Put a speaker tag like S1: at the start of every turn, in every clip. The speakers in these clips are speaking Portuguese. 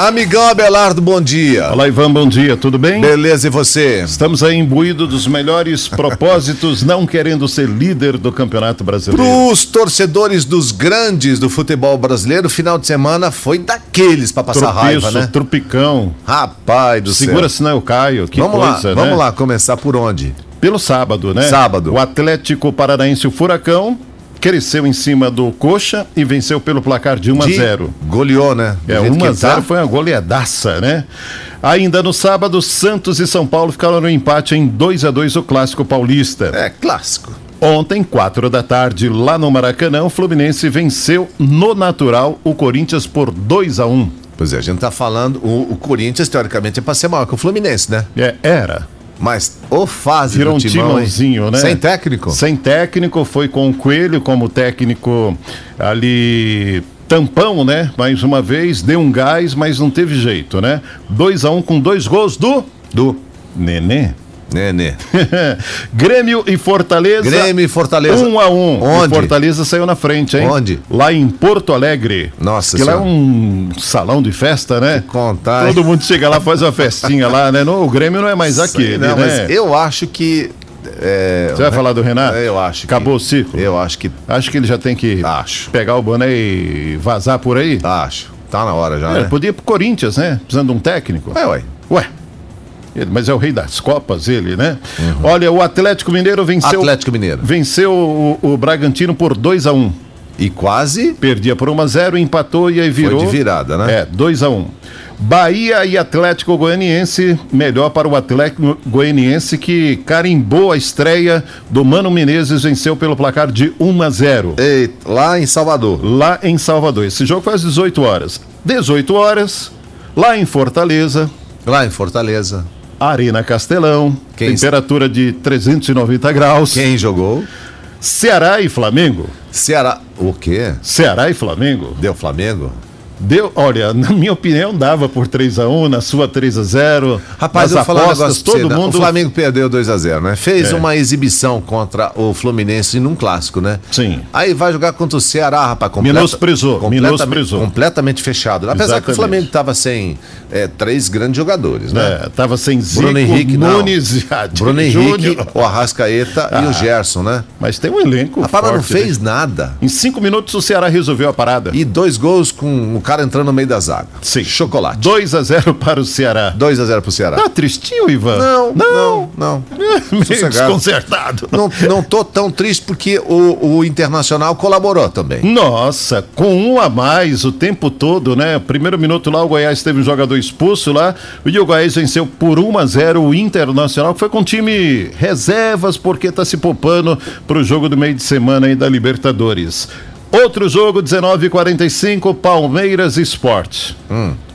S1: Amigão Abelardo, bom dia.
S2: Olá, Ivan, bom dia, tudo bem?
S1: Beleza, e você?
S2: Estamos aí imbuído dos melhores propósitos, não querendo ser líder do Campeonato Brasileiro.
S1: Pros torcedores dos grandes do futebol brasileiro, final de semana foi daqueles pra passar raiva, né?
S2: trupicão.
S1: Rapaz do
S2: Segura
S1: céu.
S2: senão eu caio, que
S1: vamos
S2: coisa,
S1: lá,
S2: né?
S1: vamos lá começar por onde?
S2: Pelo sábado, né?
S1: Sábado.
S2: O Atlético Paranaense, o Furacão, cresceu em cima do Coxa e venceu pelo placar de 1 a
S1: De-
S2: 0.
S1: Goleou, né? Do
S2: É,
S1: jeito que
S2: 1x0
S1: tá.
S2: foi uma goleadaça, né? Ainda no sábado, Santos e São Paulo ficaram no empate em 2 a 2 o Clássico Paulista.
S1: É, clássico.
S2: Ontem, quatro da tarde, lá no Maracanã, o Fluminense venceu no natural o Corinthians por 2 a 1.
S1: Pois é, a gente tá falando, o, o Corinthians, teoricamente, é pra ser maior que o Fluminense, né?
S2: É, era.
S1: Mas ô fase
S2: Tirou um
S1: do timão, hein?
S2: timãozinho, né?
S1: Sem técnico?
S2: Sem técnico, foi com o Coelho como técnico ali tampão, né? Mais uma vez, deu um gás, mas não teve jeito, né? 2 a 1 com dois gols do
S1: Do
S2: Nenê.
S1: Nenê.
S2: Grêmio e Fortaleza.
S1: Grêmio e Fortaleza.
S2: Um a um. O
S1: Onde?
S2: Fortaleza saiu na frente, hein?
S1: Onde?
S2: Lá em Porto Alegre.
S1: Nossa
S2: Que lá é
S1: Senhora.
S2: um salão de festa, né?
S1: contar, hein?
S2: Todo mundo chega lá, faz uma festinha lá, né? No, o Grêmio não é mais aquele,
S1: Não,
S2: né?
S1: mas É. eu acho que. é,
S2: Você vai falar do Renato?
S1: Eu acho que-
S2: Acabou o ciclo?
S1: Eu acho que.
S2: Acho que ele já tem que
S1: Acho.
S2: pegar o boné e vazar por aí.
S1: Acho. Tá na hora já.
S2: É,
S1: né?
S2: Podia ir pro Corinthians, né? Precisando de um técnico.
S1: Ué, ué.
S2: Ué. Ele- mas é o rei das Copas, ele, né? Olha, o Atlético Mineiro venceu.
S1: Uhum. Atlético Mineiro.
S2: Venceu o, o Bragantino por 2 a 1
S1: E quase.
S2: Perdia por 1x0, empatou e aí virou.
S1: de virada, né?
S2: É, 2x1. Bahia e Atlético Goianiense, melhor para o Atlético Goianiense que carimbou a estreia do Mano Menezes, venceu pelo placar de 1x0.
S1: ei, lá em Salvador.
S2: Lá em Salvador. Esse jogo foi às 18 horas. 18 horas, lá em Fortaleza,
S1: Lá em Fortaleza.
S2: Arena Castelão,
S1: Quem-
S2: temperatura de 390 graus.
S1: Quem jogou?
S2: Ceará e Flamengo.
S1: Ceará. O quê?
S2: Ceará e Flamengo.
S1: Deu Flamengo?
S2: Deu, olha, na minha opinião dava por 3 a 1, na sua 3 a 0.
S1: Rapaz,
S2: nas
S1: eu vou falar um
S2: apostas,
S1: negócio pra
S2: todo
S1: você, né?
S2: mundo
S1: O Flamengo perdeu 2x0, né? Fez
S2: É.
S1: uma exibição contra o Fluminense num clássico, né?
S2: Sim.
S1: Aí vai jogar contra o Ceará, rapaz. Completa,
S2: Menosprezou,
S1: completamente-
S2: menosprezou.
S1: Completamente fechado. Apesar que o
S2: Exatamente.
S1: Flamengo tava sem é, três grandes jogadores, né?
S2: é, tava sem Zico,
S1: Bruno Henrique, não.
S2: Nunes e Adilson
S1: Bruno Henrique,
S2: Júnior.
S1: o Arrascaeta e o Gerson, né?
S2: mas tem um elenco
S1: A parada não
S2: forte, né?
S1: fez nada.
S2: Em cinco minutos o Ceará resolveu a parada.
S1: E dois gols com o cara entrando no meio da zaga.
S2: Sim.
S1: Chocolate.
S2: 2 a 0 para o Ceará.
S1: 2 a 0 pro Ceará.
S2: Tá tristinho, Ivan?
S1: não, não. não.
S2: É, meio
S1: Sossegado.
S2: desconcertado.
S1: Não, não tô tão triste porque o, o Internacional colaborou também.
S2: Nossa, com um a mais o tempo todo, né? Primeiro minuto lá, o Goiás teve um jogador expulso lá, e o Goiás venceu por 1 a 0 o Internacional, que foi com um time reservas, porque tá se poupando pro jogo do meio de semana aí da Libertadores. Outro jogo, 19h45, Palmeiras Esporte.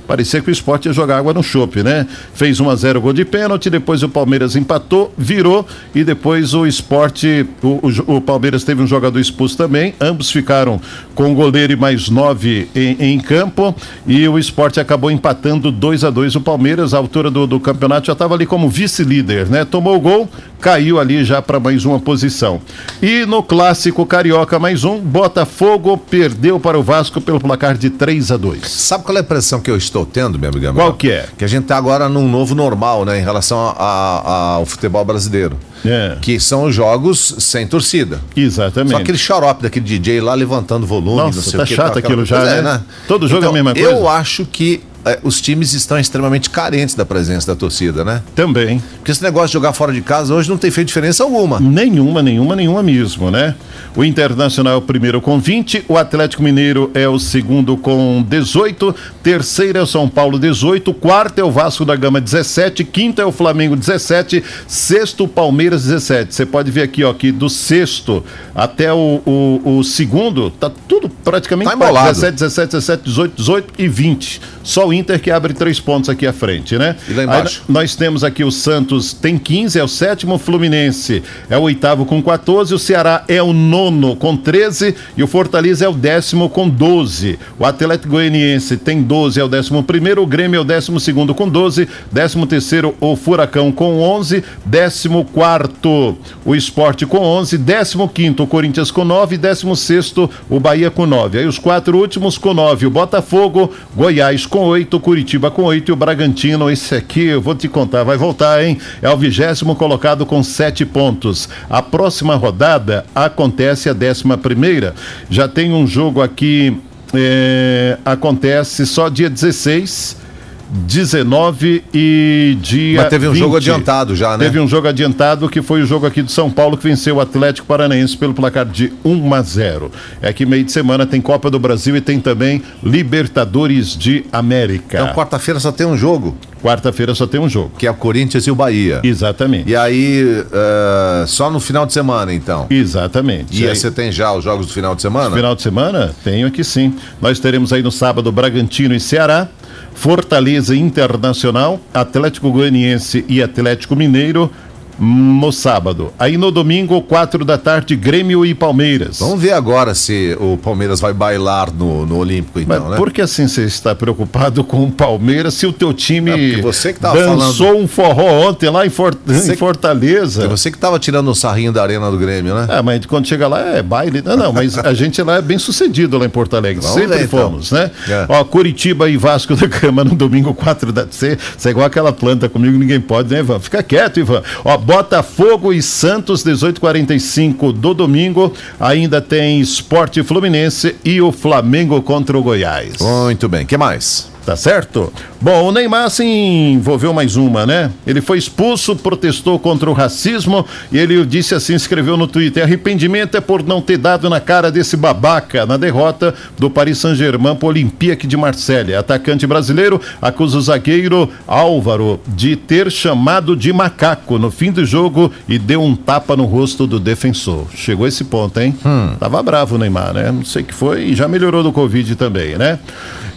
S2: Parecia que o esporte ia jogar água no chope, né? Fez 1 a 0 gol de pênalti, depois o Palmeiras empatou, virou e depois o esporte, o, o jo- o Palmeiras teve um jogador expulso também, ambos ficaram com o goleiro e mais nove em, em campo e o esporte acabou empatando 2 a 2 O Palmeiras, à altura do, do campeonato, já estava ali como vice-líder, né? Tomou o gol, caiu ali já para mais uma posição. E no clássico carioca, mais um, Botafogo perdeu para o Vasco pelo placar de 3 a 2
S1: Sabe qual é a impressão que eu estou tendo, meu amigo? Gabriel?
S2: Qual que é?
S1: Que a gente tá agora num novo normal, né, em relação a- a- ao futebol brasileiro.
S2: É.
S1: Que são os jogos sem torcida.
S2: Exatamente.
S1: Só aquele xarope daquele DJ lá levantando volume,
S2: Nossa,
S1: não sei
S2: tá
S1: o que.
S2: chato
S1: aquela
S2: aquilo já,
S1: coisa, Então,
S2: né? Todo jogo é a mesma coisa.
S1: Eu acho que eh, os times estão extremamente carentes da presença da torcida, né?
S2: Também.
S1: Porque esse negócio de jogar fora de casa hoje não tem feito diferença alguma.
S2: Hum. Nenhuma, nenhuma, nenhuma mesmo, né? O Internacional é o primeiro com 20, o Atlético Mineiro é o segundo com 18, terceiro é o São Paulo 18, quarto é o Vasco da Gama 17, quinto é o Flamengo 17, sexto o Palmeiras 17. Você pode ver aqui, ó, que do sexto até o, o, o segundo, tá tudo praticamente
S1: Tá embolado.
S2: 17, 17, 17, 18, 18 e 20. Só o Inter que abre três pontos aqui à frente, né?
S1: E lá embaixo?
S2: Aí, nós temos aqui o Santos tem 15, é o sétimo, o Fluminense é o oitavo com 14, o Ceará é o nono com 13 e o Fortaleza é o décimo com 12. O Atlético Goianiense tem 12, é o décimo primeiro, o Grêmio é o décimo segundo com 12, décimo terceiro o Furacão com 11, décimo quarto o Esporte com 11, décimo quinto o Corinthians com 9, décimo sexto o Bahia com 9. Aí os quatro últimos com 9, o Botafogo, Goiás com 8, 8, Curitiba com 8 e o Bragantino, esse aqui eu vou te contar, vai voltar, hein? É o vigésimo colocado com 7 pontos. A próxima rodada acontece a décima primeira. Já tem um jogo aqui, é, acontece só dia 16. 19 e dia.
S1: Mas teve um
S2: 20.
S1: jogo adiantado já, né?
S2: Teve um jogo adiantado que foi o jogo aqui de São Paulo que venceu o Atlético Paranaense pelo placar de 1 a 0. É que meio de semana tem Copa do Brasil e tem também Libertadores de América.
S1: Então, quarta-feira só tem um jogo,
S2: Quarta-feira só tem um jogo.
S1: que é o Corinthians e o Bahia.
S2: Exatamente.
S1: E aí, eh, só no final de semana, então.
S2: Exatamente.
S1: E
S2: Aí-
S1: aí, você tem já os jogos do final de semana?
S2: Final de semana? Tenho aqui sim. Nós teremos aí no sábado Bragantino e Ceará, Fortaleza e Internacional, Atlético Goianiense e Atlético Mineiro hum, no sábado. Aí no domingo, quatro da tarde, Grêmio e Palmeiras.
S1: Vamos ver agora se o Palmeiras vai bailar no, no Olímpico,
S2: Mas
S1: então, né?
S2: por que assim você está preocupado com o Palmeiras se o teu time
S1: É, porque você que tava
S2: dançou um forró ontem lá em, For- em
S1: Você-
S2: Fortaleza?
S1: É Você que tava tirando o sarrinho da arena do Grêmio, né?
S2: Ah, mas quando chega lá é baile. Não, não, mas a gente lá é bem sucedido lá em Porto Alegre.
S1: Vamos
S2: Sempre
S1: ver, então.
S2: fomos, né?
S1: É.
S2: Ó, Curitiba e Vasco da Gama no domingo 4 da C. Você é igual aquela planta comigo, ninguém pode, né, Ivan? Fica quieto, Ivan. Ó, Botafogo e Santos, 18h45 do domingo. Ainda tem Esporte Fluminense e o Flamengo contra o Goiás.
S1: Muito bem, que mais?
S2: Tá certo? Bom, o Neymar se envolveu mais uma, né? Ele foi expulso, protestou contra o racismo e ele disse assim, escreveu no Twitter, arrependimento é por não ter dado na cara desse babaca na derrota do Paris Saint-Germain para o Olympique de Marselha. Atacante brasileiro acusa o zagueiro Álvaro de ter chamado de macaco no fim do jogo e deu um tapa no rosto do defensor. Chegou esse ponto, hein? Tava bravo o Neymar, né? Não sei o que foi e já melhorou do Covid também, né?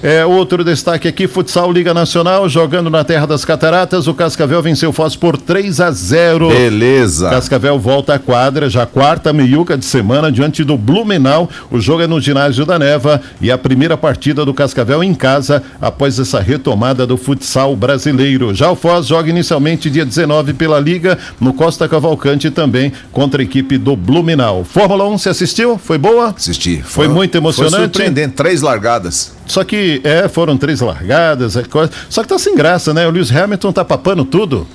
S2: É, outro destaque aqui, futsal Liga Nacional, jogando na Terra das Cataratas, o Cascavel venceu o Foz por 3 a 0.
S1: Beleza.
S2: Cascavel volta à quadra, já quarta meiuca de semana, diante do Blumenau. O jogo é no ginásio da Neva e a primeira partida do Cascavel em casa após essa retomada do futsal brasileiro. Já o Foz joga inicialmente dia 19 pela Liga, no Costa Cavalcante também, contra a equipe do Blumenau. Fórmula 1, você assistiu? Foi boa?
S1: Assisti.
S2: Foi muito emocionante,
S1: Foi surpreendente, três largadas.
S2: Só que, é, foram três largadas, é coisa- só que tá sem graça, né? O Lewis Hamilton tá papando tudo.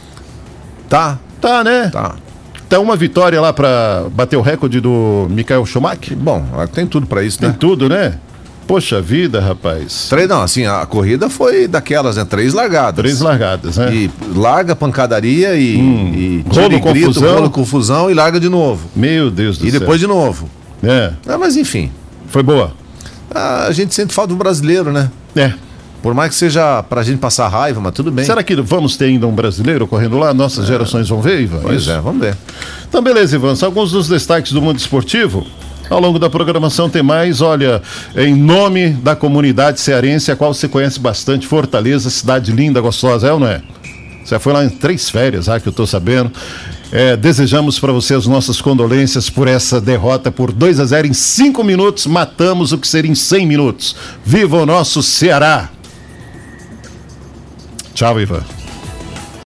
S1: Tá,
S2: Tá, né? Tá,
S1: tá.
S2: uma vitória lá pra bater o recorde do Michael Schumacher.
S1: Bom, ah, tem tudo pra isso,
S2: Tem
S1: né?
S2: tudo, né? Poxa vida, rapaz.
S1: Três, não, assim, a corrida foi daquelas, né? Três largadas.
S2: Três largadas, né?
S1: E larga a pancadaria e, e tiro
S2: Rolo,
S1: e grito,
S2: confusão.
S1: rolo, confusão e larga de novo.
S2: Meu Deus do
S1: E
S2: céu.
S1: depois de novo.
S2: É,
S1: Ah, mas enfim,
S2: foi boa.
S1: a gente sente falta do brasileiro, né?
S2: É.
S1: Por mais que seja pra gente passar raiva, mas tudo bem.
S2: Será que vamos ter ainda um brasileiro correndo lá? Nossas gerações vão ver, Ivan?
S1: É. Pois
S2: Isso.
S1: é, vamos ver.
S2: Então, beleza, Ivan. São alguns dos destaques do mundo esportivo. Ao longo da programação tem mais, olha, em nome da comunidade cearense, a qual você conhece bastante, Fortaleza, cidade linda, gostosa, é ou não é? Você foi lá em três férias, ah, que eu tô sabendo. É, desejamos para você as nossas condolências por essa derrota por 2 a 0 em cinco minutos, matamos o que seria em 100 minutos. Viva o nosso Ceará! Tchau, Ivan.